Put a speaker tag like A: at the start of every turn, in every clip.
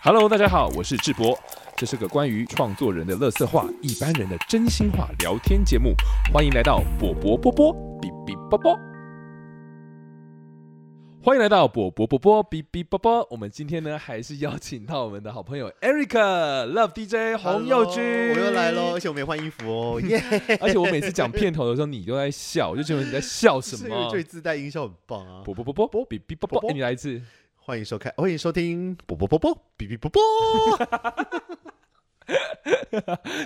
A: Hello，大家好，我是智博，这是个关于创作人的乐色话、一般人的真心话聊天节目，欢迎来到波波波波比比波波。欢迎来到波波波波比比波波。我们今天呢，还是邀请到我们的好朋友 Eric Love DJ 洪佑君，
B: 我又来喽，而。且我没换衣服哦，耶！
A: 而且我每次讲片头的时候，你都在笑，我就觉得你在笑什
B: 是因为
A: 么
B: 这？里自带音效很棒啊！
A: 波波波波波比比波
B: 波
A: 波，
B: 波
A: 哎你来一次。
B: 欢迎收看，欢迎收听啵啵啵啵哔哔啵啵，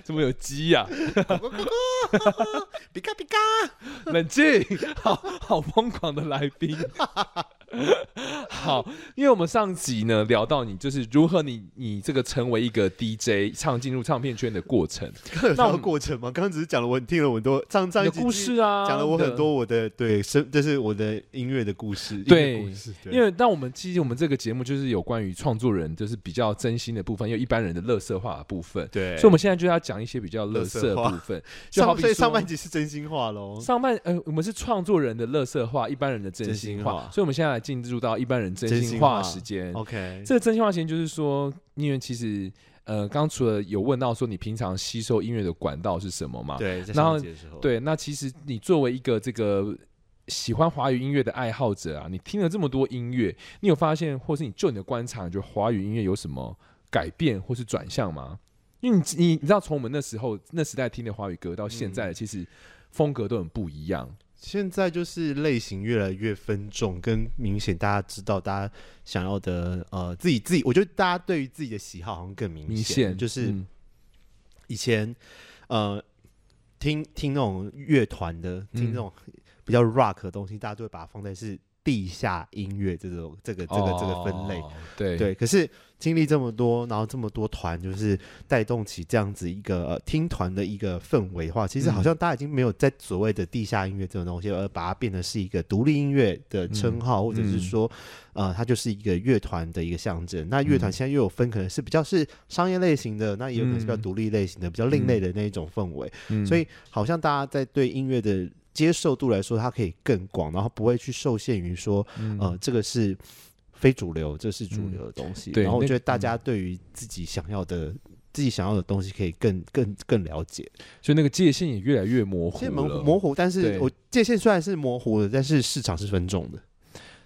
A: 怎么有鸡呀、
B: 咕咕咕咕比嘎比嘎。
A: 冷静，好好疯狂的来宾。 好，因为我们上集呢聊到你就是如何你你这个成为一个 DJ 唱进入唱片圈的过程，
B: 刚刚有
A: 那我
B: 聊
A: 们
B: 过程吗？刚刚只是讲了我听了我很多上上
A: 你
B: 一
A: 的
B: 集
A: 故事啊，
B: 讲了我很
A: 你的。
B: 多我的对生，这是我的音乐的故事，音
A: 对
B: 乐故事。对
A: 因为但我们其实我们这个节目就是有关于创作人，就是比较真心的部分，又一般人的乐色化的部分，
B: 对，
A: 所以我们现在就要讲一些比较乐色
B: 垃圾
A: 的
B: 话
A: 部分，就好
B: 上
A: 比
B: 所以
A: 说
B: 上半集是真心话喽。
A: 上半呃，我们是创作人的乐色化，一般人的真
B: 真
A: 心
B: 心
A: 话，
B: 话
A: 所以我们现在来进入到一般人真
B: 真
A: 心
B: 心
A: 话
B: 话
A: 时间。
B: OK，
A: 这个真心话先就是说，因为其实呃，刚除了有问到说你平常吸收音乐的管道是什么嘛？
B: 对，在
A: 然后
B: 上一集的时候，
A: 对，那其实你作为一个这个喜欢华语音乐的爱好者啊，你听了这么多音乐，你有发现，或是你就你的观察，你觉得华语音乐有什么改变或是转向吗？因为你你你知道，从我们那时候那时代听的华语歌
B: 嗯
A: 到现在的，其实风格都很不一样。
B: 现在就是类型越来越分众，跟明显大家知道大家想要的呃自己自己，我觉得大家对于自己的喜好好像更明显，
A: 明显
B: 就是
A: 嗯
B: 以前呃听听那种乐团的，听
A: 嗯
B: 那种比较 rock 的东西，大家都会把它放在是地下音乐这种这个这个、这个分类。
A: 哦对
B: 对，可是经历这么多，然后这么多团，就是带动起这样子一个、呃、听团的一个氛围的话，其实好
A: 嗯
B: 像大家已经没有在所谓的地下音乐这种东西，而把它变得是一个独立音乐的称号，或者是
A: 嗯
B: 说，呃，它就是一个乐团的一个象征。那乐团
A: 嗯
B: 现在又有分，可能是比较是商业类型的，那也有可能是比较
A: 嗯
B: 独立类型的，比较另类的那一种氛围。
A: 嗯
B: 所以好像大家在对音乐的接受度来说，它可以更广，然后不会去受限于说，
A: 嗯
B: 呃，这个是非主流，这是主流的东西。
A: 对
B: 然后我
A: 那嗯
B: 觉得大家对于自己想要的、自己想要的东西，可以更更更了解。
A: 所以那个界限也越来越模糊
B: 现在
A: 了，
B: 模模糊，但
A: 对
B: 是我界限虽然是模糊的，但是市场是分众的。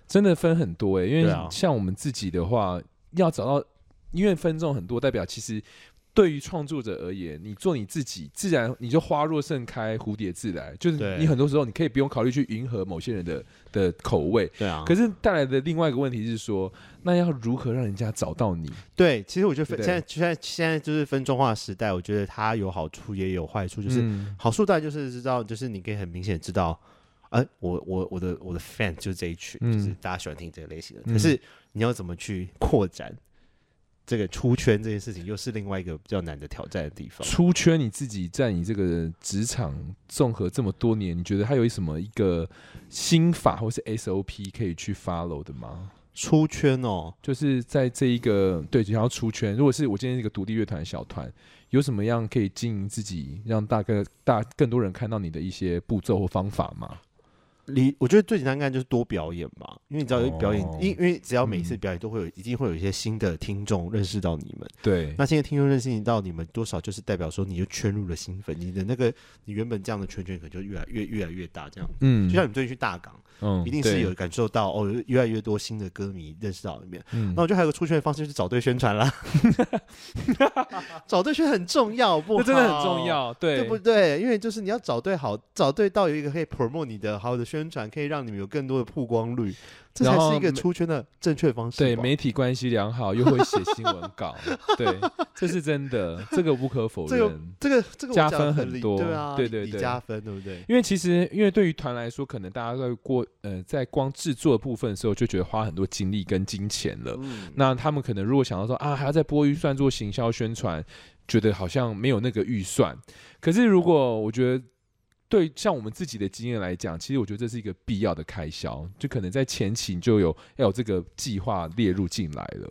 A: 真的分很多诶、欸因
B: 对
A: 为
B: 啊
A: 像我们自己的话，要找到因为分众很多，代表其实对于创作者而言，你做你自己，自然你就花若盛开，蝴蝶自来。就是
B: 对
A: 你很多时候你可以不用考虑去迎合某些人的的口味，
B: 对啊
A: 可是带来的另外一个问题是说，那要如何让人家找到你？
B: 对，其实我觉得分
A: 对
B: 现在现在现在就是分众化时代，我觉得它有好处也有坏处，就是
A: 嗯
B: 好处当然就是知道，就是你可以很明显知道，呃，我我我的我的 fan 就是这一群，
A: 嗯
B: 就是大家喜欢听这个类型的。
A: 嗯
B: 可是你要怎么去扩展这个出圈这件事情，又是另外一个比较难的挑战的地方。
A: 出圈你自己在你这个职场综合这么多年，你觉得它有什么一个心法或是 SOP 可以去 follow 的吗？
B: 出圈哦，
A: 就是在这一个对想要出圈，如果是我今天是一个独立乐团小团，有什么样可以经营自己，让大概大更多人看到你的一些步骤或方法吗？
B: 你我觉得最简单干就是多表演嘛，因为你只要有表演
A: 哦，
B: 因、因为只要每一次
A: 嗯
B: 表演都会有，一定会有一些新的听众认识到你们。
A: 对，
B: 那现在听众认识你到你们多少，就是代表说你就圈入了新粉，你的那个你原本这样的圈圈可能就越来越越来越大，这样。
A: 嗯
B: 就像你们最近去大港。
A: 嗯
B: 一定是有，感受到哦，有越来越多新的歌迷认识到里面。
A: 对嗯
B: 那我觉得还有个出圈的方式就是找对宣 传啦，找对宣传很重要，不
A: 那
B: 好
A: 真的很重，要，
B: 对
A: 对
B: 不对？因为就是你要找对好，找对到有一个可以 promote 你的好的宣传，可以让你们有更多的曝光率，这才
A: 然后
B: 是一个
A: 每
B: 出圈的正确方式吧。
A: 对媒体关系良好，又会写新闻稿，对，这是真的，这个无可否
B: 这个
A: 认。
B: 这个这个我
A: 加
B: 讲
A: 分
B: 得
A: 很
B: 很理
A: 多
B: 对啊，
A: 对对
B: 理
A: 对
B: 加分对不对？
A: 因为其实，因为对于团来说，可能大家在过呃，在光制作的部分的时候，就觉得花很多精力跟金钱了。
B: 嗯，
A: 那他们可能如果想到说啊，还要再拨预算做行销宣传，觉得好像没有那个预算。可是如果我觉得对像我们自己的经验来讲，其实我觉得这是一个必要的开销，就可能在前期你就有要有这个计划列入进来了。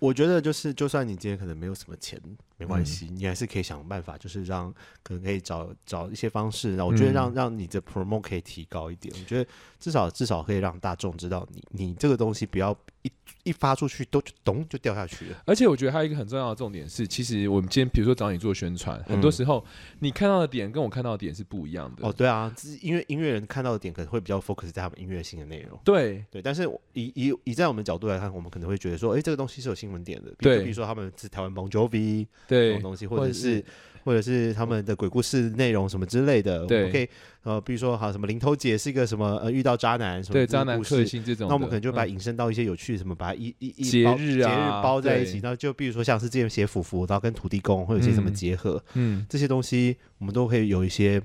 B: 我觉得就是，就算你今天可能没有什么钱，没关系，你还是可以想办法，就是让可能可以找找一些方式，然后我觉得
A: 嗯
B: 让、让你的 promo 可以提高一点。我觉得至少至少可以让大众知道你你这个东西不要一一发出去都就咚就掉下去了。
A: 而且我觉得还有一个很重要的重点是，其实我们今天比如说找你做宣传，很多时候你看到的点跟我看到的点是不一样的。
B: 哦，对啊，自因为音乐人看到的点可能会比较 focus 在他们音乐性的内容。
A: 对，
B: 对，但是我以以以在我们角度来看，我们可能会觉得说，哎、这个东西是有新闻点的，比如
A: 对
B: 就比如说他们是台湾 Bon Jovi 这
A: 对
B: 种，东西，或
A: 或
B: 者
A: 者
B: 是
A: 是
B: 或者是他们的鬼故事内容什么之类的，
A: 嗯
B: 我
A: 对
B: 们可以呃，比如说好什么林头姐是一个什么呃遇到渣男什么
A: 对
B: 这个
A: 渣男
B: 故
A: 克
B: 事，
A: 星这种的，
B: 那我们可能就把
A: 嗯
B: 引申到一些有趣的什么，把它一一一
A: 节
B: 包
A: 日
B: 节
A: 啊
B: 日包在一起
A: 对，
B: 那就比如说像是之前写腐腐，然后跟土地公会有一些什么
A: 嗯
B: 结合，
A: 嗯
B: 这些东西我们都可以有一些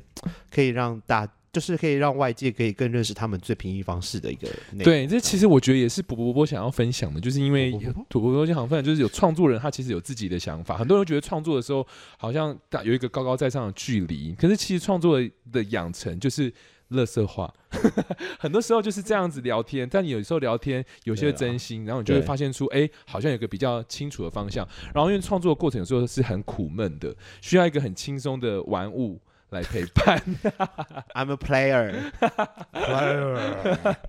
B: 可以让大。就是可以让外界可以更认识他们最平易方式的一个内容。
A: 对，这其实我觉得也是卜卜波想要分享的，就是因为
B: 卜卜
A: 土伯伯想分享，就是有创作人他其实有自己的想法。很多人觉得创作的时候好像大有一个高高在上的距离，可是其实创作的养成就是。乐色化， 很多时候就是这样子聊天，但你有时候聊天有些
B: 对啊
A: 真心，然后你就会
B: 对
A: 发现出，哎、好像有个比较清楚的方向。然后因为创作的过程有时候是很苦闷的，需要一个很轻松的玩物来陪伴。
B: I'm a player. player.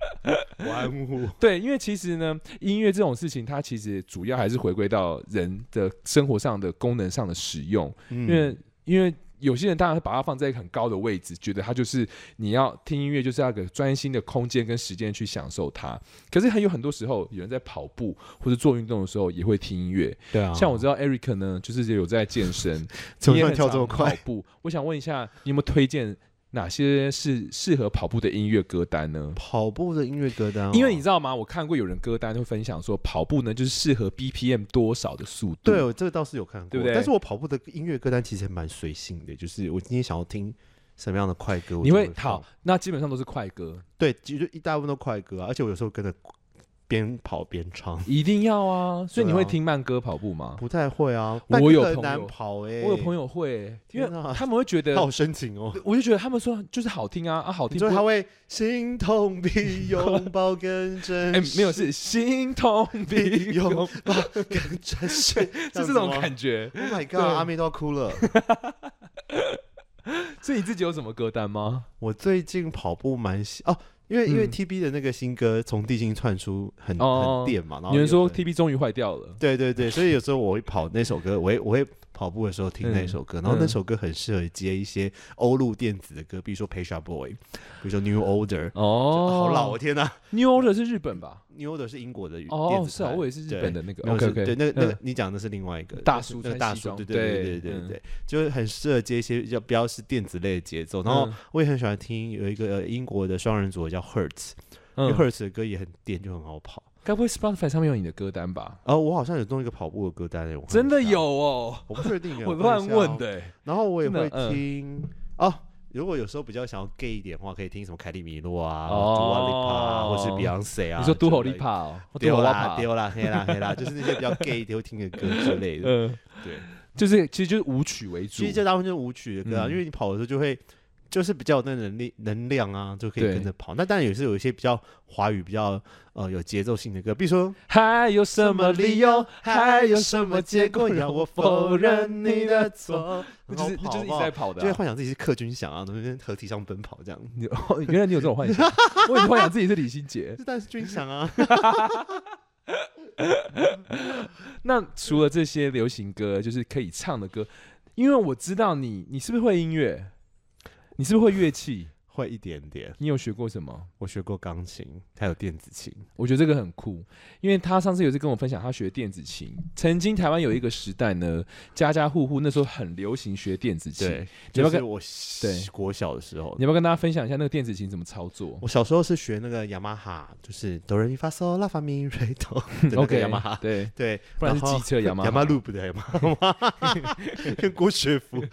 B: 玩物。
A: 对，因为其实呢，音乐这种事情，它其实主要还是回归到人的生活上的功能上的使用，
B: 因
A: 因为、因为。有些人当然会把它放在一个很高的位置，觉得它就是你要听音乐，就是要有个专心的空间跟时间去享受它。可是很有很多时候，有人在跑步或者做运动的时候也会听音乐。
B: 对啊
A: 像我知道 Eric 呢，就是有在健身，
B: 怎
A: 你
B: 么
A: 也
B: 突然
A: 很
B: 跳这
A: 常
B: 么快
A: 跑步，我想问一下，你有没有推荐哪些是适合跑步的音乐歌单呢？
B: 跑步的音乐歌单哦、
A: 因为你知道吗？我看过有人歌单会分享说，跑步呢就是适合 BPM 多少的速度。
B: 对，我这个倒是有看过，
A: 对不对
B: 但是我跑步的音乐歌单其实还蛮随性的，就是我今天想要听什么样的快歌，我
A: 你
B: 就
A: 会
B: 会放
A: 好，那基本上都是快歌，
B: 对，其实一大部分都快歌、啊，而且我有时候跟着边跑边唱，
A: 一定要啊。所以你
B: 对啊
A: 会听慢歌跑步吗？
B: 不太会啊。
A: 我
B: 慢歌
A: 有
B: 很
A: 朋
B: 难
A: 友
B: 跑哎、
A: 我有朋友会，因为
B: 天啊
A: 他们会觉得
B: 他，好深情哦。
A: 我就觉得他们说就是好听啊啊好听
B: 你。说
A: 不
B: 他会心痛 比拥抱更真
A: 哎
B: 实，
A: 没有是心痛 比
B: 拥
A: 拥，
B: 更真实，
A: 是 这种
B: 觉。
A: 感觉。
B: Oh my
A: 对
B: god，阿妹都要哭了。
A: 所以你自己有什么歌单吗？
B: 我最近跑步蛮喜哦，因为因为
A: 嗯
B: TB 的那个新歌从地心窜出很
A: 哦
B: 很电嘛，然后
A: 有人说
B: 又
A: TB 终于坏掉了，
B: 对对对，所以有时候我会跑那首歌，我会我会跑步的时候听
A: 嗯
B: 那首歌，然后那首歌很适合接一些欧陆电子的歌，比如说 p a s h a Boy，比如说 New Order，
A: 哦，
B: 好老，我天哪
A: New Order 是日本吧？
B: ，New Order 是英国的电子
A: 哦，
B: 团
A: 是啊，我也是日
B: 对
A: 本的那个。
B: 没有
A: OK
B: 是
A: OK，
B: 对，那个那个
A: 嗯
B: 你讲的是另外一个
A: 大
B: 那
A: 叔
B: 那个
A: 穿
B: 大
A: 西
B: 叔，
A: 装
B: 对对对对
A: 对
B: 对
A: 嗯
B: 对，就是很适合接一些比较比较是电子类的节奏。然后
A: 嗯
B: 我也很喜欢听有一个呃英国的双人组叫 Hertz，因
A: 嗯
B: 为 Hertz 的歌也很电，就很好跑。
A: 该不会 Spotify 上面有你的歌单吧？
B: 然后我好像有弄一个跑步的歌单诶，我看
A: 真的
B: 一下
A: 有，哦，
B: 我不 确定诶，
A: 我
B: 看
A: 乱
B: 一下哦
A: 问。的欸。
B: 然后我也
A: 真的
B: 会
A: 嗯
B: 听哦。如果有时候比较想要 gay 一点的话，可以听什么凯利米洛啊、
A: 哦
B: 杜瓦利帕啊，或是 Beyonce 啊。
A: 你说
B: 杜
A: 都好利，帕哦，我
B: 丢
A: 都好
B: 啦
A: 怕。
B: 丢啦，黑啦黑啦，就是那些比较 gay 一点会听的歌之类的。
A: 嗯，
B: 对，
A: 就是其实就是舞曲为主
B: 其实。这大部分就是舞曲的歌啊，
A: 嗯
B: 因为你跑的时候就会就是比较有那能力能量啊，就可以
A: 对
B: 跟着跑。那当然也是有一些比较华语比较呃有节奏性的歌，比如说
A: 还有什么理由？还有什
B: 什
A: 么结果让我否认你的错？？ 就是
B: 很好
A: 就是一直
B: 跑好
A: 在
B: 不好
A: 跑的
B: 就会
A: 啊。
B: 幻想自己是克军翔啊，那边合体上奔跑这样。
A: 你哦原来你有这种幻想，我以为幻想自己是李心洁。
B: 这当然是军翔啊，
A: 那除了这些流行歌，就是可以唱的歌，因为我知道你，你是不是会音乐？你是不是 会乐器？
B: 会一点点。
A: 你有学过什么？
B: 我学过钢琴，还有电子琴。
A: 我觉得这个很酷，因为他上次有次跟我分享，他学电子琴。曾经台湾有一个时代呢，家家户户那时候很流行学电子琴。
B: 对，
A: 你要
B: 就
A: 不要
B: 是
A: 跟
B: 我
A: 对
B: 国小的时候
A: 你，要不要跟大家分享一下那个电子琴怎么操作
B: 我小时候是学那个雅马哈，就是哆瑞咪发嗦拉发咪瑞哆 的啊那个
A: ？OK，
B: 雅马哈。
A: 对，
B: 对，
A: 不然是
B: 后
A: 机车雅马
B: 雅马
A: 哈
B: 路不对，雅马哈， 跟郭学福。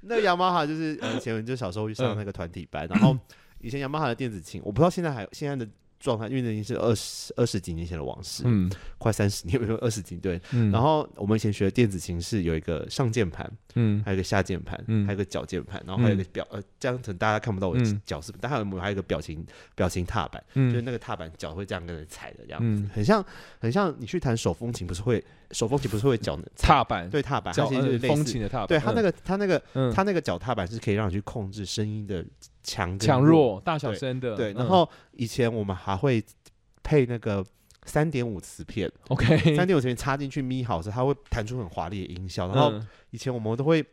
B: 那雅马哈
A: 嗯
B: 就是呃，以前就小时候去上那个团体班，然后以前雅马哈的电子琴，我不知道现在还现在的状态，因为那已经是二十二十几年前的往事，
A: 嗯
B: 快三十年，没有二十几对。
A: 嗯，
B: 然
A: 后
B: 后我们以前学的电子琴是有一个上键盘，
A: 嗯
B: 还有一个下键盘，
A: 嗯
B: 还有一个脚键盘，然后还有一个表、呃，这样子大家看不到我的
A: 嗯
B: 脚是，但还有我们还有一个表情表情踏板，就是
A: 嗯
B: 那个踏板脚会这样跟着踩的，这样、
A: 嗯，
B: 很像很像你去弹手风琴，不是会手风琴不是会脚
A: 踏板
B: 对踏板，它
A: 脚
B: 其实就是
A: 呃
B: 类
A: 风
B: 似，
A: 琴的踏板，
B: 对它那
A: 个
B: 个它那个
A: 嗯
B: 它那个脚踏板是可以让你去控制声音的强跟
A: 嗯强弱大小
B: 对
A: 声的，
B: 对，然
A: 嗯
B: 后以前我们还会配那个三点五磁片，
A: OK，
B: 三点五磁片插进去咪好时，它会弹出很华丽的音效。然后
A: 嗯
B: 以前我们都会，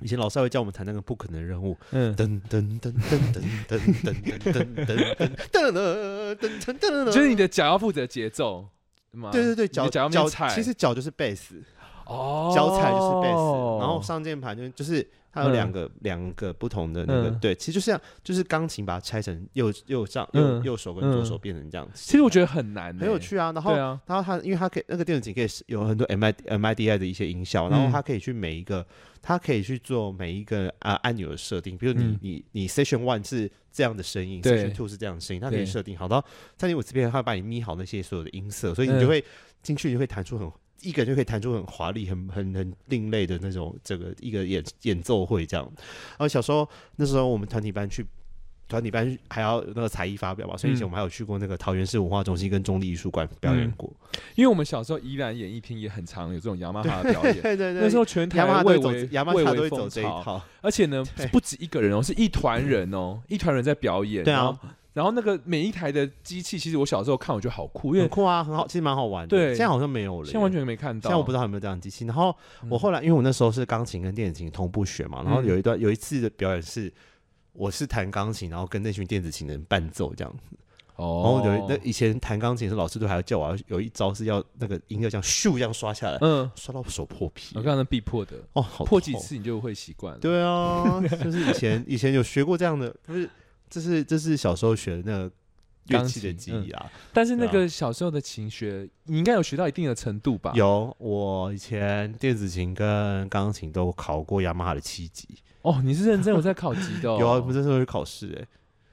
B: 以前老师还会教我们弹那个不可能任务，
A: 嗯
B: 噔噔噔噔噔噔噔噔噔噔噔噔噔噔噔，
A: 就是你的脚要负责节奏吗？
B: 对对对，脚
A: 你的脚要
B: 脚
A: 面踩，
B: 其实脚就是贝斯，
A: 哦，
B: 脚踩就是贝斯，然后上键盘就就是它有
A: 嗯
B: 两个两个不同的那个，
A: 嗯
B: 对，其实就像就是钢琴把它拆成右右上右
A: 嗯
B: 右手跟左手
A: 嗯
B: 变成这样子。
A: 其实我觉得很难欸，
B: 很有趣啊，然后
A: 对啊，
B: 然后它，因为它可以那个电子琴可以是有很多 M I M I D I 的一些音效，
A: 嗯
B: 然后它可以去每一个，它可以去做每一个啊、按钮的设定，比如你、
A: 嗯
B: 你你 Session One 是这样的声音
A: 对
B: ，Session Two 是这样的声音，它可以
A: 对
B: 设定好。然后三点五磁片，它会把你咪好那些所有的音色，所以你
A: 嗯
B: 就会、进去，你会弹出很一个人就可以弹出很华丽、很很很另类的那种这个一个演演奏会这样。然后小时候那时候我们团体班去。团体班还要有那个才艺发表嘛，所以以前
A: 嗯
B: 我们还有去过那个桃园市文化中心跟中立艺术馆表演
A: 嗯
B: 过。
A: 因为我们小时候宜兰演艺厅也很常有这种雅马哈的表演。
B: 对对对，
A: 那时候全
B: 雅
A: 台
B: 马哈都
A: 蔚
B: 会走
A: 为，
B: 雅马
A: 蔚
B: 哈都
A: 为
B: 会走
A: 风
B: 这一
A: 潮，
B: 套。
A: 而且呢
B: 对，嗯
A: 不止一个人哦，是一团人哦，一团人在表演。
B: 对啊
A: 然后，然后那个每一台的机器，其实我小时候看我觉得好酷，因
B: 很
A: 为
B: 酷啊，很好，其实蛮好玩的。
A: 对
B: 现在好像没有了耶，
A: 现在完全没看到。
B: 现在我不知道有没有这样的机器。然后我后来，因为我那时候是钢琴跟电子琴同步学嘛，然后
A: 嗯
B: 有一段有一次的表演是。我是弹钢琴，然后跟那群电子琴的人伴奏这样。然后
A: 哦，
B: 有一那以前弹钢琴的时候，老师都还要叫我要有一招是要那个音要这样咻这样刷下来，
A: 嗯，
B: 刷到手破皮
A: 我。刚刚逼迫的，
B: 哦，好
A: 破几
B: 痛
A: 次你就会习惯了。
B: 对啊，就是以前以前有学过这样的，不是，这是这是小时候学的那个乐
A: 钢
B: 器的
A: 琴
B: 记
A: 嗯
B: 忆啊。
A: 但是那
B: 对
A: 个小时候的琴学，你应该有学到一定的程度吧？
B: 有，我以前电子琴跟钢琴都考过雅马哈的七级，
A: 哦，你是认真有在考级的哦。
B: 有啊，我们那时候有考试哎、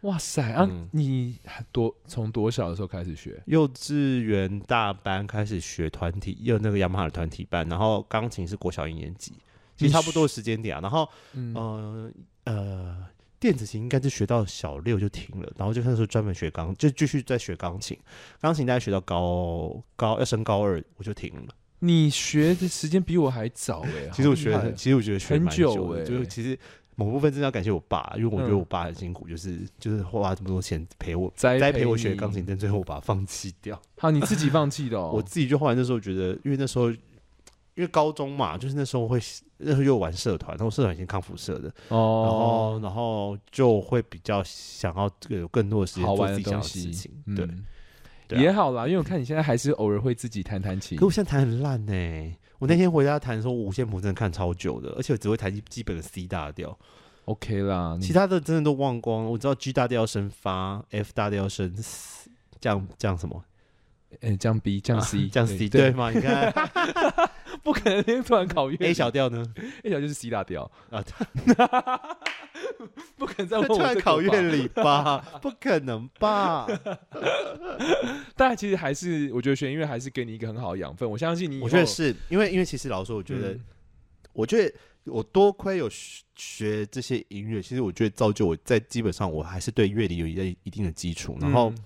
A: 哇塞啊
B: 嗯！
A: 你多从多小的时候开始学？
B: 幼稚园大班开始学团体，又那个雅马哈的团体班，然后钢琴是国小一年级，其
A: 你
B: 实差不多的时间点啊。然后
A: 嗯，
B: 呃呃，电子琴应该是学到小六就停了，然后就那时候专门学钢，就继续在学钢琴，钢琴大概学到高高要升高二我就停了。
A: 你学的时间比我还早哎。
B: 其实
A: 好
B: 我
A: 厉
B: 学得
A: 害
B: 很，
A: 哦
B: 其实我觉得学
A: 很
B: 蛮
A: 久
B: 的，
A: 欸
B: 就是其实某部分真的要感谢我爸，因为我觉得
A: 嗯
B: 我爸很辛苦，就是就是花这么多钱陪我，
A: 栽
B: 栽培我学
A: 你
B: 钢琴，但最后我把它放弃掉。
A: 好，你自己放弃的哦。
B: 我自己就后来那时候觉得，因为那时候因为高中嘛，就是那时候会那时候又玩社团，然后社团以前康复社的，然
A: 哦，
B: 后然后就会比较想要这个有更多的时间
A: 好
B: 做
A: 玩
B: 自
A: 的
B: 己想要
A: 东
B: 的事
A: 西
B: 情，，
A: 嗯
B: 对。对啊
A: 也好啦，因为我看你现在还是偶尔会自己弹弹琴
B: 可。我现在弹很烂呢、
A: 嗯
B: 我那天回家弹的时候，五线谱真的看超久的，而且我只会弹基本的 C 大调。
A: OK 啦，你
B: 其他的真的都忘光了。我知道 G 大调升发，F 大调升嘶这样这样什么
A: 嗯降 B 降 C
B: 这样啊 C 对
A: 对，
B: 吗？你看
A: 不可能连突然考乐
B: A 小调呢？
A: A 小就是 C 大调
B: 啊，
A: 不可能再问我
B: 突然
A: 这个
B: 考乐
A: 吧
B: 理吧？不可能吧？
A: 但其实还是，我觉得学音乐还是给你一个很好的养分。我相信你以后，
B: 我觉得是因为因为其实老实说，我觉得、
A: 嗯
B: 我觉得我多亏有学学这些音乐，其实我觉得造就我在基本上我还是对乐理有一一定的基础。然后
A: 嗯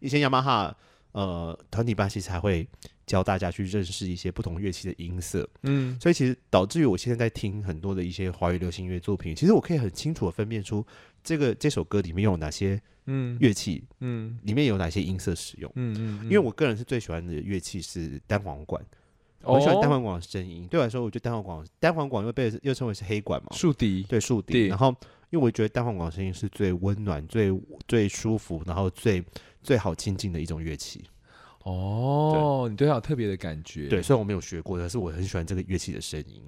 B: 以前雅马哈呃团体班其实还会教大家去认识一些不同乐器的音色。
A: 嗯
B: 所以其实导致于我现在在听很多的一些华语流行乐作品，其实我可以很清楚的分辨出这个这首歌里面有哪些
A: 嗯
B: 乐器，
A: 嗯
B: 里面有哪些音色使用。
A: 嗯嗯，
B: 因为我个人是最喜欢的乐器是单簧管，我
A: 我
B: 很喜欢单簧管的声音。对我来说，我觉得单簧管单簧管又被又称为是黑管嘛，
A: 竖笛，
B: 对竖笛。
A: 对
B: 然后因为我觉得单簧管的声音是最温暖、最最舒服，然后最最好亲近的一种乐器。
A: 哦，你对它有特别的感觉，
B: 对，，虽然我没有学过，但是我很喜欢这个乐器的声音。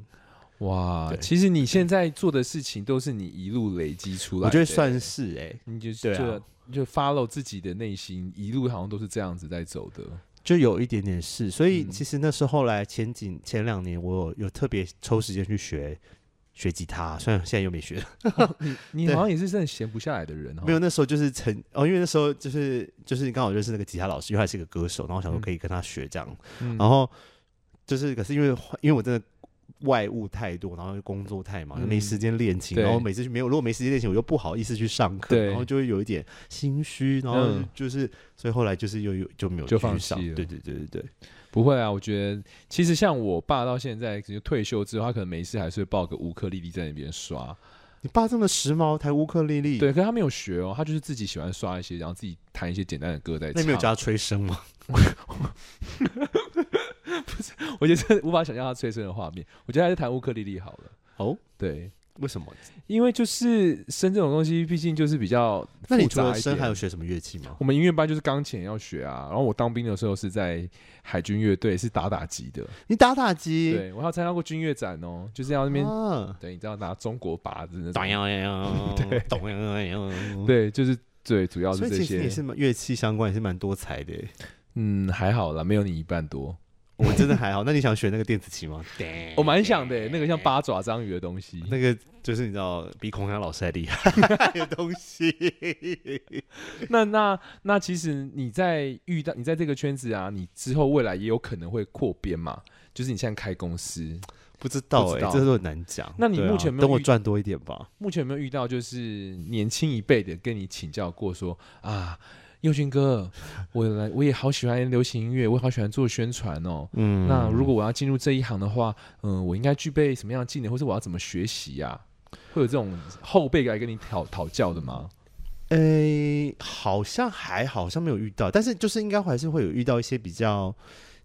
A: 哇，
B: 对
A: 其实你现在做的事情都是你一路累积出来的，
B: 我觉得算是哎、
A: 你就是
B: 对啊
A: 就就 follow 自己的内心，一路好像都是这样子在走的，
B: 就有一点点事，所以
A: 嗯
B: 其实那时候后来前几前两年，我有有特别抽时间去学学吉他，虽然现在又没
A: 哦
B: 学，
A: 你你好像也是真的闲不下来的人哈。
B: 哦没有，那时候就是曾哦，因为那时候就是就是刚好认识那个吉他老师，因为他是一个歌手，然后我想说
A: 嗯
B: 可以跟他学这样，
A: 嗯，
B: 然后就是可是因为因为我真的。外务太多，然后又工作太忙，
A: 嗯
B: 没时间练琴。
A: 对
B: 然后每次去没有，如果没时间练琴，我又不好意思去上课，
A: 对
B: 然后就会有一点心虚，然后
A: 嗯
B: 就是，所以后来就是又有就没有
A: 就
B: 继续
A: 放弃
B: 上
A: 了
B: 对对对对对，
A: 不会啊，我觉得其实像我爸到现在，其实退休之后，他可能没事还是会抱个乌克丽丽在那边刷。
B: 你爸这么时髦，弹乌克丽丽，
A: 对，可是他没有学哦，他就是自己喜欢刷一些，然后自己弹一些简单的歌在
B: 那
A: 唱。
B: 你没有教他吹笙 吗？
A: 我觉得真的无法想象他催生的画面。我觉得还是弹乌克丽丽好了。
B: 哦，
A: 对，
B: 为什么？
A: 因为就是生这种东西，毕竟就是比较
B: 那你
A: 复
B: 除
A: 杂
B: 了
A: 一
B: 笙还
A: 点
B: 有学什么乐器吗？
A: 我们音乐班就是钢琴也要学啊，然后我当兵的时候是在海军乐队，是打打击的。
B: 你打打击，
A: 对我还有参加过军乐展哦，就是要那边、
B: 啊，
A: 对，你知道拿中国靶子那
B: 咚
A: 种，
B: 呀呀，
A: 对
B: 咚呀呀，。
A: 对，就是对，主要
B: 所
A: 是
B: 以
A: 这
B: 其实你
A: 些
B: 是。蛮乐器相关，也是蛮多才的耶。
A: 嗯，还好啦，没有你一半多。
B: 我真的还好。那你想学那个电子 琴吗？
A: 我蛮想的欸，那个像八爪章鱼的东西，
B: 那个就是你知道，比孔阳老师还厉 害的东西。
A: 那那那其实你在遇到你在这个圈子啊，你之后未来也有可能会扩编嘛，就是你现在开公司，
B: 不知道
A: 不
B: 哎、
A: 知道
B: 这都很难讲。
A: 那你
B: 对啊
A: 目前有没有
B: 等我
A: 遇
B: 赚多一点吧。
A: 目前有没有遇到就是年轻一辈的跟你请教过说啊，佑勋哥，我来我也好喜欢流行音乐，我也好喜欢做宣传哦。
B: 嗯，
A: 那如果我要进入这一行的话，嗯，我应该具备什么样的技能，或是我要怎么学习呀、会有这种后辈来跟你讨讨教的吗？
B: 哎、好像还好好像没有遇到，但是就是应该还是会有遇到一些比较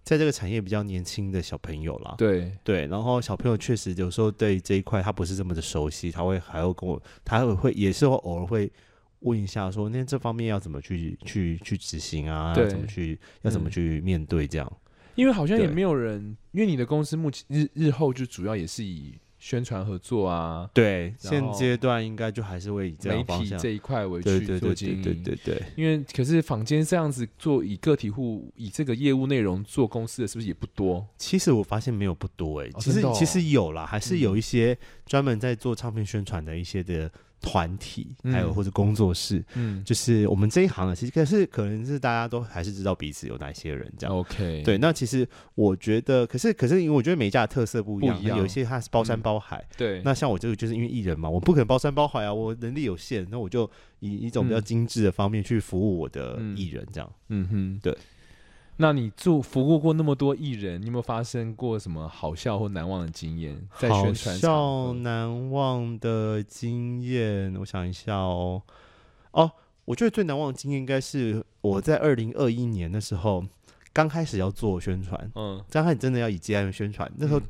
B: 在这个产业比较年轻的小朋友啦。
A: 对，
B: 对，然后小朋友确实有时候对这一块他不是这么的熟悉，他会还要跟我，他会也是会偶尔会问一下说，那这方面要怎么去去去执行啊？
A: 对
B: 要怎么去要怎么
A: 嗯
B: 去面对这样？
A: 因为好像也
B: 对
A: 没有人，因为你的公司目前日日后就主要也是以宣传合作啊、
B: 对，
A: 然
B: 现
A: 后
B: 阶段应该就还是会以这
A: 媒
B: 样方
A: 体
B: 向。
A: 这一块为
B: 对
A: 去
B: 对
A: 做
B: 对
A: 经营。
B: 对对对对，
A: 因为可是坊间这样子做以个体户以这个业务内容做公司的，是不是也不多？
B: 其实我发现没有不多哎、
A: 哦
B: 其实、
A: 真的哦
B: 其实有啦，还是
A: 嗯
B: 有一些专门在做唱片宣传的一些的团体，还有
A: 嗯
B: 或者工作室，
A: 嗯
B: 就是我们这一行啊，其实可是可能是大家都还是知道彼此有哪些人这样。
A: 哦，OK，
B: 对，那其实我觉得，可是可是，因为我觉得每一家的特色不一样，
A: 不一样嗯
B: 有一些它是包山包海。
A: 对，
B: 那像我这个就是因为艺人嘛，我不可能包山包海啊，我能力有限，那我就以一种比较
A: 嗯
B: 精致的方面去服务我的
A: 嗯
B: 艺人，这样。
A: 嗯哼，
B: 对。
A: 那你做服务过那么多艺人，你有没有发生过什么好笑或难忘的经验？在
B: 好
A: 宣传场
B: 笑
A: 合，
B: 难忘的经验，我想一下哦。哦，我觉得最难忘的经验应该是我在二零二一年的时候，刚开始要做宣传，
A: 嗯，
B: 刚开始真的要以接案宣传，那时候
A: 嗯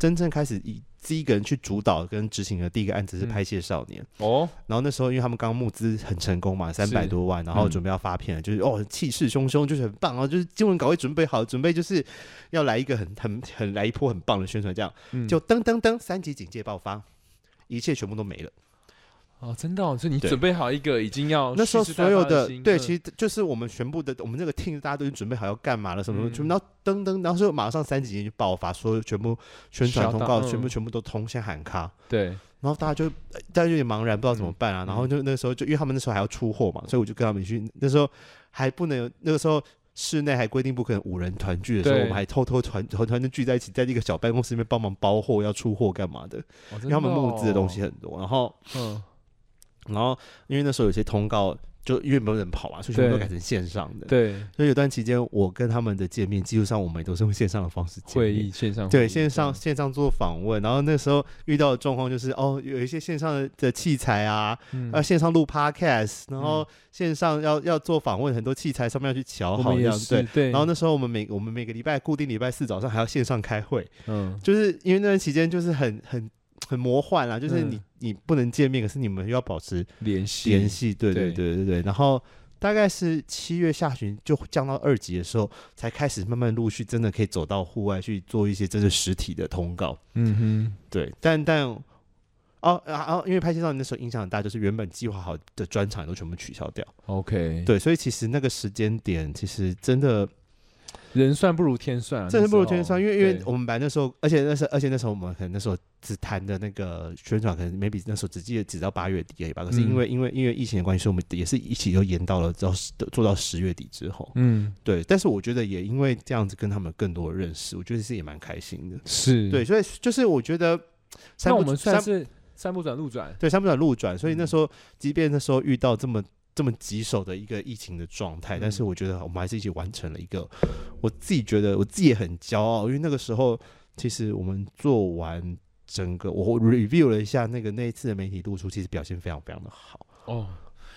B: 真正开始以自己一个人去主导跟执行的第一个案子是
A: 嗯
B: 拍戏的少年。
A: 哦，
B: 然后那时候因为他们刚募资很成功嘛，三百多万，然
A: 嗯
B: 后准备要发片了，就是哦气势汹汹，就是很棒哦，就是新闻稿也准备好，准备就是要来一个很很很来一波很棒的宣传，这样
A: 嗯
B: 就噔噔噔三级警戒爆发。一切全部都没了。
A: 哦，真的、哦，所以你
B: 对
A: 准备好一个已经要
B: 那时候
A: 哦蓄势待
B: 所有
A: 发的
B: 的
A: 心，
B: 对，
A: 嗯
B: 其实就是我们全部的我们这个 team 大家都已经准备好要干嘛了，什么什么，
A: 嗯
B: 全部然后噔噔，然后就马上三级警戒就爆发，所有全部宣传
A: Shut
B: 通告
A: down，
B: 全
A: 嗯
B: 部全部都通先喊卡，
A: 对，
B: 然后大家就呃大家就有点茫然，不知道怎么办啊。
A: 嗯
B: 然后就那个时候就因为他们那时候还要出货嘛，所以我就跟他们去。那时候还不能有，那个时候室内还规定不可能五人团聚的时候，
A: 对
B: 我们还偷偷团团团就聚在一起，在一个小办公室里面帮忙包货、要出货干嘛的。
A: 哦
B: 因为他们募资的东，西啊
A: 真
B: 很多，然后
A: 哦
B: 然后因为那时候有些通告就因为没有人跑嘛，所以全部都
A: 对
B: 改成线上
A: 嗯，。
B: 的
A: 对，
B: 所以有段期间我跟他们的见面，技术上我们也都是用线上的方式见
A: 会
B: 面
A: 议线上会
B: 对
A: 议
B: 线上
A: 这样
B: 线上做访问，然后那时候遇到的状况就是哦，有一些线上的的器材啊，
A: 嗯
B: 要、线上录 podcast，然后线上要要做访问，很多器材上面要去
A: 我
B: 瞧好
A: 们
B: 这
A: 也
B: 样子
A: 是
B: 对。
A: 对，
B: 然后那时候我们每我们每个礼拜固定礼拜四早上还要线上开会，
A: 嗯，
B: 就是因为那段期间就是很很很魔幻啦，就是
A: 嗯
B: 你、你不能见面，可是你们又要保持
A: 联系
B: 联，系，对对
A: 对
B: 对对对。然后大概是七月下旬就降到二级的时候，才开始慢慢陆续真的可以走到户外去做一些真的实体的通告。
A: 嗯
B: 对，但但哦，然、啊、后、因为拍戏少年那时候影响很大，就是原本计划好的专场都全部取消掉。
A: 哼，OK，
B: 对，所以其实那个时间点，其实真的
A: 人算不如天算啊，
B: 真的
A: 那
B: 不如
A: 时候
B: 天算，因为因为
A: 对
B: 我们班那时候，而且那时候，而且那时候我们可能那时候只谈的那个宣传，可能 maybe 那时候只记得只到八月底而已吧。可是因为、
A: 嗯
B: 因为因为疫情的关系，所以我们也是一起都延到了到十做到十月底之后。
A: 嗯
B: 对，但是我觉得也因为这样子跟他们有更多的认识，我觉得是也蛮开心的。
A: 是
B: 对，，所以就是我觉得
A: 嗯那
B: 三不
A: 我们
B: 三
A: 算是三不转路转，
B: 对三不转路转，所以
A: 嗯
B: 那时候即便那时候遇到这么这么棘手的一个疫情的状态，
A: 嗯
B: 但是我觉得我们还是一起完成了一个，我自己觉得我自己也很骄傲，因为那个时候其实我们做完整个我 review 了一下那个那一次的媒体露出，其实表现非常非常的好。
A: 哦，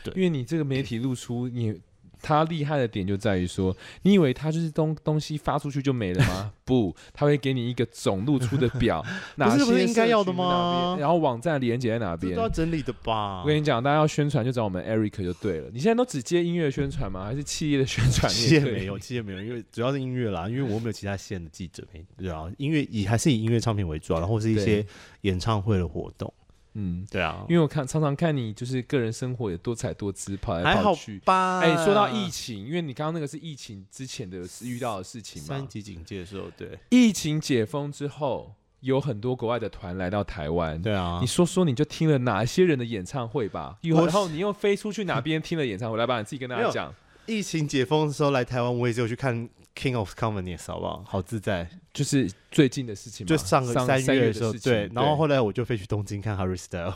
B: 对
A: 因为你这个媒体露出你。它厉害的点就在于说，你以为它就是东东西发出去就没了 吗？不，它会给你一个总露出的表，哪
B: 不
A: 些
B: 是不是应该
A: 社
B: 要的
A: 群在哪边
B: 吗
A: 然后网站连接在哪
B: 这
A: 边
B: 都？要啊整理的吧？
A: 我跟你讲，大家要宣传就找我们 Eric 就对了。你现在都只接音乐宣传吗？还是企业的宣传？
B: 其实
A: 也
B: 也
A: 可以
B: 没 有，，其实也没有，因为主要是音乐啦，因为我没有其他线的记者没对啊，音乐以还是以音乐唱片为主啊，然后是一些
A: 对
B: 演唱会的活动，
A: 嗯，
B: 对啊，
A: 因为我看常常看你就是个人生活也多彩多姿，跑来
B: 还
A: 跑
B: 好
A: 去。
B: 吧。
A: 哎、说到疫情，因为你刚刚那个是疫情之前的遇到的事情
B: 三
A: 嘛。
B: 级警戒的时候，对
A: 疫情解封之后，有很多国外的团来到台湾。
B: 对啊
A: 你，说说，你就听了哪些人的演唱会吧？然后
B: 我
A: 然后你又飞出去哪边听了演唱会？来吧，你自己跟大
B: 没
A: 家
B: 有
A: 讲，
B: 疫情解封的时候来台湾，我也只有去看 King of Convenience，好不好？好自在，
A: 就是最近的事情嘛，
B: 就上个三
A: 三
B: 月的时
A: 的
B: 候，
A: 事情。
B: 对。然后后来我就飞去东京看 Harry Style，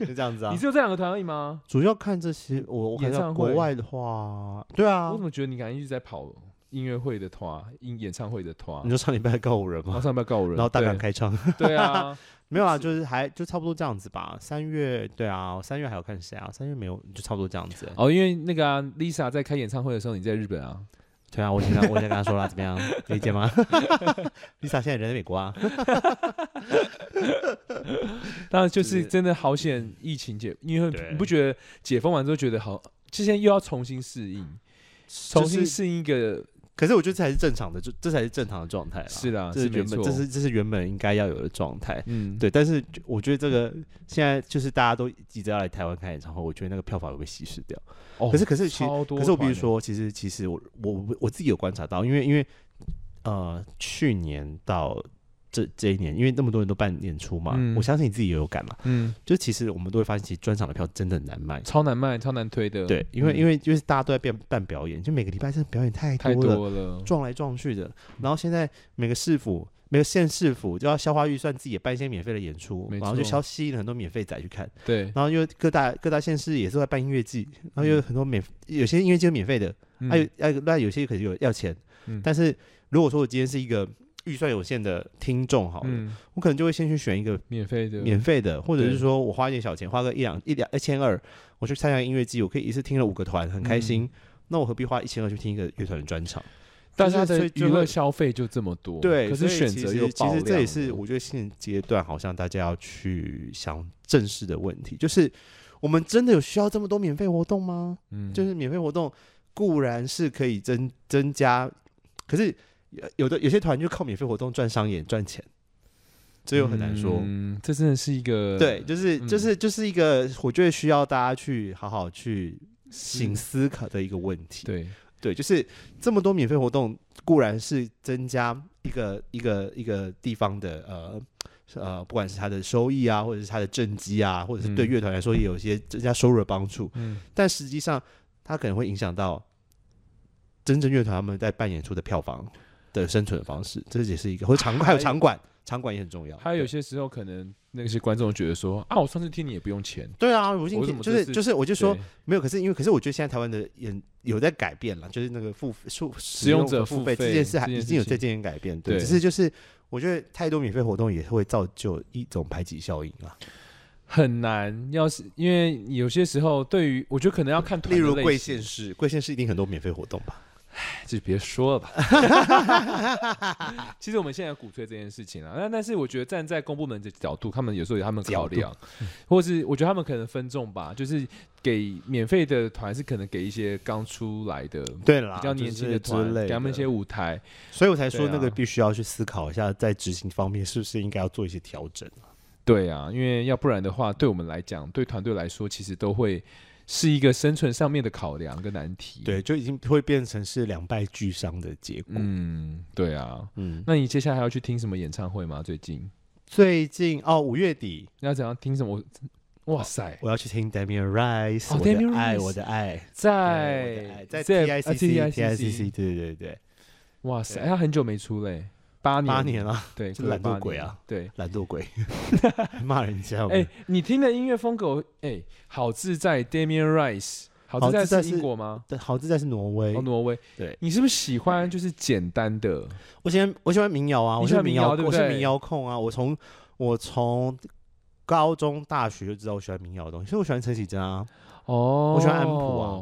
B: 就这样子啊
A: 你。只有这两个团而已吗？
B: 主要看这些，我我看
A: 演
B: 到
A: 唱会
B: 国外的话，对啊
A: 我怎，么觉得你感觉一直在跑音乐会的团、音演唱会的团
B: 你，说上礼拜告五人
A: 然后
B: 吗？
A: 上班告人，
B: 然后大
A: 对
B: 港开 唱，
A: 对啊，
B: 没有啊，就是还就差不多这样子吧。三月对啊，三月还有看谁啊？三月没有，就差不多这样子。
A: 哦，因为那个啊，Lisa 在开演唱会的时候，你在日本啊，
B: 对啊，我现在我现在跟他说了，怎么样？理解 吗？Lisa 现在人在美国啊。
A: 当然就是
B: 是
A: 真的好险，疫情解，因为
B: 对
A: 你不觉得解封完之后觉得好，之前又要重新适应，重
B: 就
A: 新
B: 是
A: 适应一个
B: 可是我觉得这才是正常的，这这才是正常的状态啦。
A: 是啦，
B: 这
A: 是
B: 是
A: 没
B: 原本，
A: 错，
B: 这是这是原本应该要有的状态。
A: 嗯，
B: 对，但是就我觉得这个现在就是大家都急着要来台湾看演唱会，我觉得那个票房会被稀释掉。
A: 哦，
B: 可是可是其实
A: 超多，
B: 可是我必须，说，其实其实我我我自己有观察到，因为因为呃去年到这这一年，因为那么多人都办演出嘛，
A: 嗯
B: 我相信你自己也有感嘛。
A: 嗯，
B: 就其实我们都会发现，其实专场的票真的很难卖。
A: 超难卖，超难推的，
B: 对，因为
A: 嗯
B: 因为就是大家都在办办表演，就每个礼拜真的表演太
A: 太
B: 多了，
A: 多了，
B: 撞来撞去的。然后现在每个市府、每个县市府就要消化预算，自己也办一些免费的演出
A: 没，
B: 然后就
A: 错
B: 消吸引很多免费仔去看。
A: 对，
B: 然后又各大各大县市也是在办音乐季，然后又有很多免，有些音乐季是免费的，
A: 嗯
B: 还有还有那有些可能有要钱
A: 嗯。
B: 但是如果说我今天是一个预算有限的听众，好了，
A: 嗯，
B: 我可能就会先去选一个
A: 免费的，
B: 免费的，或者
A: 对
B: 是说我花一点小钱，花个一两一两一千二，我去参加音乐季，我可以一次听了五个团，很开心。那我何必花一千二去听一个乐团的专场？
A: 大家
B: 就是
A: 的
B: 所以
A: 娱
B: 就
A: 乐
B: 会
A: 消费就这么多，
B: 对，
A: 可
B: 所
A: 是
B: 以
A: 选
B: 其
A: 择
B: 实
A: 又
B: 其
A: 爆
B: 实这
A: 量
B: 也是
A: 了
B: 我觉得现阶段好像大家要去想正视的问题，就是我们真的有需要这么多免费活动吗？
A: 嗯，
B: 就是免费活动固然是可以增增加，可是呃有的有些团就靠免费活动赚商演赚钱，这又很难说。
A: 嗯，这真的是一个
B: 对，就是
A: 嗯
B: 就是就是一个，我觉得需要大家去好好去醒思考的一个问题。
A: 对，
B: 对，就是这么多免费活动，固然是增加一个一个一个地方的呃呃，不管是它的收益啊，或者是它的政绩啊，或者是对
A: 嗯
B: 乐团来说也有一些增加收入的帮助，
A: 嗯，
B: 但实际上它可能会影响到真正乐团他们在扮演出的票房的生存方式，这也是一个，或者场还有场馆，场馆也很重要。
A: 还有
B: 对
A: 有些时候可能那些观众觉得说啊，我上次听你也不用钱，
B: 对啊，我已经
A: 我怎么
B: 就
A: 这
B: 是
A: 次
B: 就是，我就说
A: 对
B: 没有，可是因为可是我觉得现在台湾的演有在改变了，就是那个付付使
A: 用者
B: 者
A: 付
B: 付费
A: 费
B: 这件事还
A: 这件
B: 已
A: 事
B: 经有
A: 情
B: 在渐渐改变，对，
A: 对
B: 只是就是我觉得太多免费活动也会造就一种排挤效应啊，
A: 很难，要是因为有些时候对于我觉得可能要看团
B: 例
A: 的
B: 如
A: 类
B: 贵
A: 型
B: 县市，贵县市一定很多免费活动吧？
A: 就别说了吧。 其实我们现在鼓吹这件事情啊，那但是我觉得站在公部门的角度，他们有时候有他们考量，或是我觉得他们可能分众吧，就是给免费的团是可能给一些刚出来的。
B: 对啦，
A: 比较年轻的团
B: 啊之，类
A: 给他们一些
B: 的，
A: 舞台，
B: 所以我才说
A: 对啊
B: 那个必须要去思考一下，在执行方面是不是应该要做一些调整啊。
A: 对啊，因为要不然的话，对我们来讲，对团队来说，其实都会是一个生存上面的考量跟难题。，
B: 对，就已经会变成是两败俱伤的结果。
A: 嗯，对啊。
B: 嗯，
A: 那你接下来还要去听什么演唱会吗？最近
B: 最近哦，五月底
A: 你要怎样听什么？哇塞，
B: 我要去听 Damian Rice，、
A: 哦
B: 我的
A: Damien
B: 爱，
A: Rice
B: 哦我的爱，对我的
A: 在
B: 爱在
A: 哎在啊
B: TICC
A: TICC，
B: TICC，对对对，
A: 哇塞，哎
B: 对
A: 他很久没出嘞，八年
B: 八年了，
A: 对，
B: 这
A: 快
B: 懒惰
A: 八年
B: 鬼啊
A: 了，对。
B: 懒 惰鬼，骂人家有没
A: 哎、
B: 有。
A: 你听的音乐风格，哎、好自在，Damian Rice，好
B: 好
A: 自在
B: 自在
A: 是英
B: 是
A: 国吗？
B: 但好自在是挪威
A: 哦，，挪威。
B: 对
A: 你是不是喜欢就是简单的？
B: 我喜欢我喜欢民谣啊，
A: 你
B: 我
A: 喜
B: 是
A: 欢
B: 民
A: 民谣
B: 谣，
A: 对不
B: 我是
A: 对
B: 民谣控啊，我从我从高中大学就知道我喜欢民谣的东西，所以我喜欢陈绮贞啊，
A: 哦，
B: 我喜欢安普啊，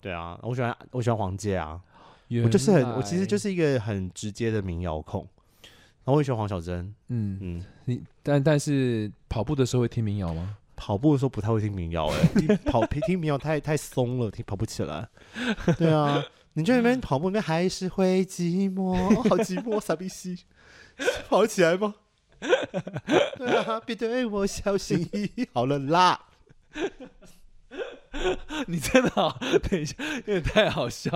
B: 对啊，我喜欢我喜欢黄玠啊，
A: 原来。
B: 我就是很我其实就是一个很直接的民谣控，然后我也喜欢黄小珍，
A: 嗯，
B: 嗯，
A: 你但但是跑步的时候会听民谣吗？
B: 跑步的时候不太会听民谣、欸，哎，跑听民谣太太松了，听跑不 起来，对啊。你就在那边跑步，那边还是会寂寞， 哦好寂寞，傻逼西，跑得起来吗？对啊，别对我小心翼翼， 好了啦。
A: 你真的好，等一下，有点太好笑。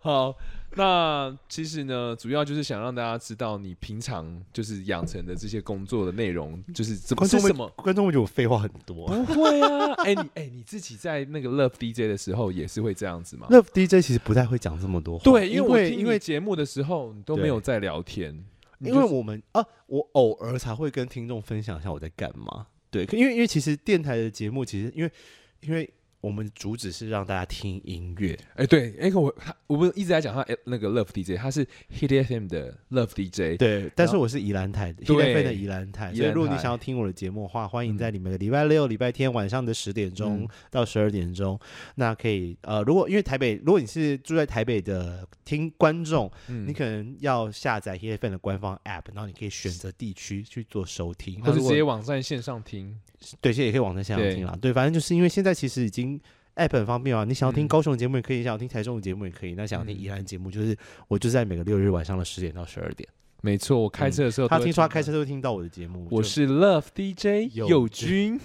A: 好，那其实呢，主要就是想让大家知道你平常就是养成的这些工作的内容，就是怎么
B: 观
A: 是
B: 众
A: 什么
B: 们，。观众们觉得我废话很多。
A: 不会啊，哎、 你哎、你自己在那个 Love DJ 的时候也是会这样子吗？
B: 那 DJ 其实不太会讲这么多话，
A: 啊对，因
B: 因
A: 为我听
B: 因
A: 你
B: 为
A: 节目的时候，你都没
B: 对
A: 有在聊天，你
B: 因为
A: 就是
B: 我们啊，我偶尔才会跟听众分享一下我在干嘛。对，可因为因为其实电台的节目，其实因为因为我们主旨是让大家听音乐，
A: 哎、对，哎、我他我不是一直在讲他哎那个 Love DJ，他是 Hit FM 的 Love DJ，
B: 对。但是我是宜兰台的，
A: 对
B: 黑费的宜兰台，
A: 宜兰台
B: 所以如果你想要听我的节目的话，欢迎在你们的礼拜六、礼拜天晚上的十点钟
A: 嗯
B: 到十二点钟，那可以呃，如果因为台北，如果你是住在台北的听观众，
A: 嗯
B: 你可能要下载 h f m 的官方 App，然后你可以选择地区去做收听，
A: 或者
B: 那如
A: 直
B: 果
A: 接网站线上听，
B: 对，现在也可以网站线上听啦。对，反正就是因为现在其实已经 app 很方便啊，你想要听
A: 嗯
B: 高雄的节目也可以，想要听台中的节目也可以，那想要听宜兰的节目，就是我就在每个六日晚上的十点到十二点，
A: 没错，我开车的时候、
B: 嗯他听说他开，车都会听到我的节目。
A: 我
B: 就是
A: Love DJ
B: 友
A: 友军，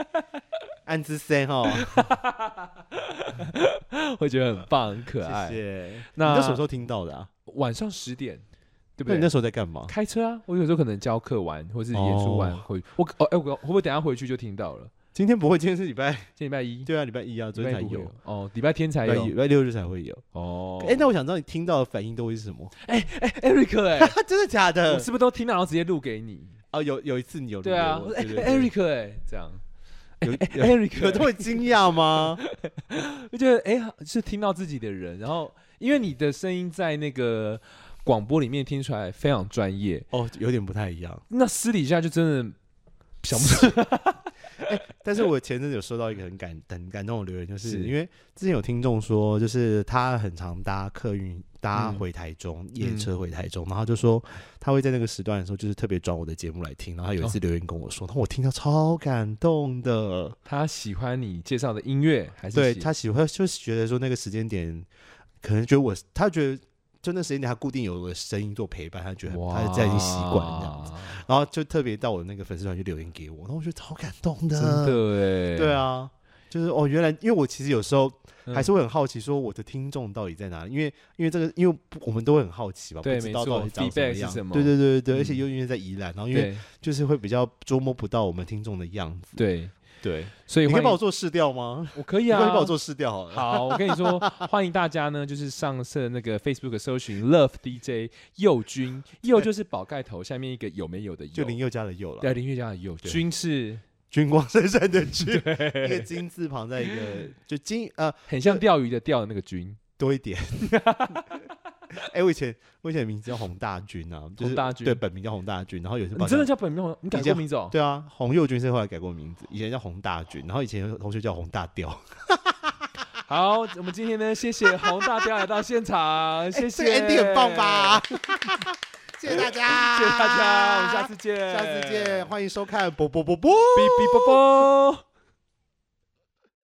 B: 安之森哦哈，
A: 会觉得很棒，很可爱。
B: 谢谢。
A: 那
B: 你那什么时候听到的啊？
A: 晚上十点，对不
B: 那
A: 对
B: 你那？时候在干嘛？
A: 开车啊，我有时候可能教课完，或是演出完
B: 哦
A: 回我哦，哎、我会不会等一下回去就听到了？
B: 今天不会，今天是礼拜，
A: 今天礼拜一，
B: 对啊，礼拜一啊，昨天才
A: 礼拜一不会
B: 有，
A: 哦，礼拜天才
B: 礼拜一
A: 有
B: 礼拜六日才会有。
A: 哦。
B: 哎，那我想知道你听到的反应都会是什么？
A: Eric 哎、
B: 真的假
A: 我
B: 的？
A: 是不是都听到然后直接录给你？
B: 哦，有有一次你有
A: 对啊，我说哎、
B: 艾瑞
A: Eric 哎、这样。
B: 有有
A: Eric，
B: 有这么惊 讶吗？
A: 我觉得哎、是听到自己的人，然后因为你的声音在那个广播里面听出来非常专业，
B: 哦，有点不太一样。
A: 那私底下就真的想不出
B: 但是我前阵子有收到一个很感很感动的留言，就是
A: 是
B: 因为之前有听众说，就是他很常搭客运搭
A: 嗯
B: 回台中、夜车回台中，然后就说他会在那个时段的时候，就是特别转我的节目来听。然后他有一
A: 哦
B: 次留言跟我说，那、我听到超感动的，
A: 他喜欢你介绍的音乐，还是
B: 对
A: 喜
B: 他喜欢就是觉得说那个时间点，可能觉得我他觉得就那时间点他固定有我的声音做陪伴，他觉得
A: 哇
B: 他现在已经习惯这样子，然后就特别到我的那个粉丝团去留言给我，然后我觉得超感动的，
A: 真的哎，
B: 对，啊，就是哦，原来因为我其实有时候
A: 嗯
B: 还是会很好奇，说我的听众到底在哪里？因为因为这个，因为我们都会很好奇吧，
A: 对
B: 不知道
A: 没错
B: 到底长什么
A: feedback
B: 样
A: 是什么
B: 对对对对
A: 嗯
B: 对，而且又因为在宜兰，然后因为
A: 对
B: 就是会比较捉摸不到我们听众的样子。
A: 对，
B: 对，
A: 所以
B: 你可以
A: 欢迎
B: 帮我做试调吗？
A: 我可以
B: 你
A: 啊，
B: 可以帮我做试调好了。
A: 好，我跟你说，欢迎大家呢，就是上设那个 Facebook 搜寻 Love DJ 佑君， 佑就是宝盖头下面一个有没有的
B: 就
A: 佑，
B: 林宥嘉的宥
A: 对
B: 了，
A: 林月家的佑，
B: 对
A: 君是
B: 军光闪闪的军，一个金字旁在一个就金呃
A: 很像钓鱼的钓的那个君，
B: 多 一点。哎、我以前我以前名字叫洪大军啊，就是
A: 洪大军哦
B: 对，本名叫洪大军，然后有一次
A: 你
B: 帮
A: 真
B: 他
A: 的叫本名吗？你改
B: 以
A: 过
B: 前
A: 名字哦？
B: 对啊，洪佑军是后来改过名字，以前叫洪大军，然后以前有同学叫洪大 雕。
A: 好，我们今天呢，谢谢洪大雕来到现场，谢
B: 这
A: 谢
B: 个 Andy 很棒吧？谢 谢大 家，
A: 谢谢大家，我们下次见，
B: 下次见，欢迎收看啵啵啵啵。
A: 哔哔啵啵。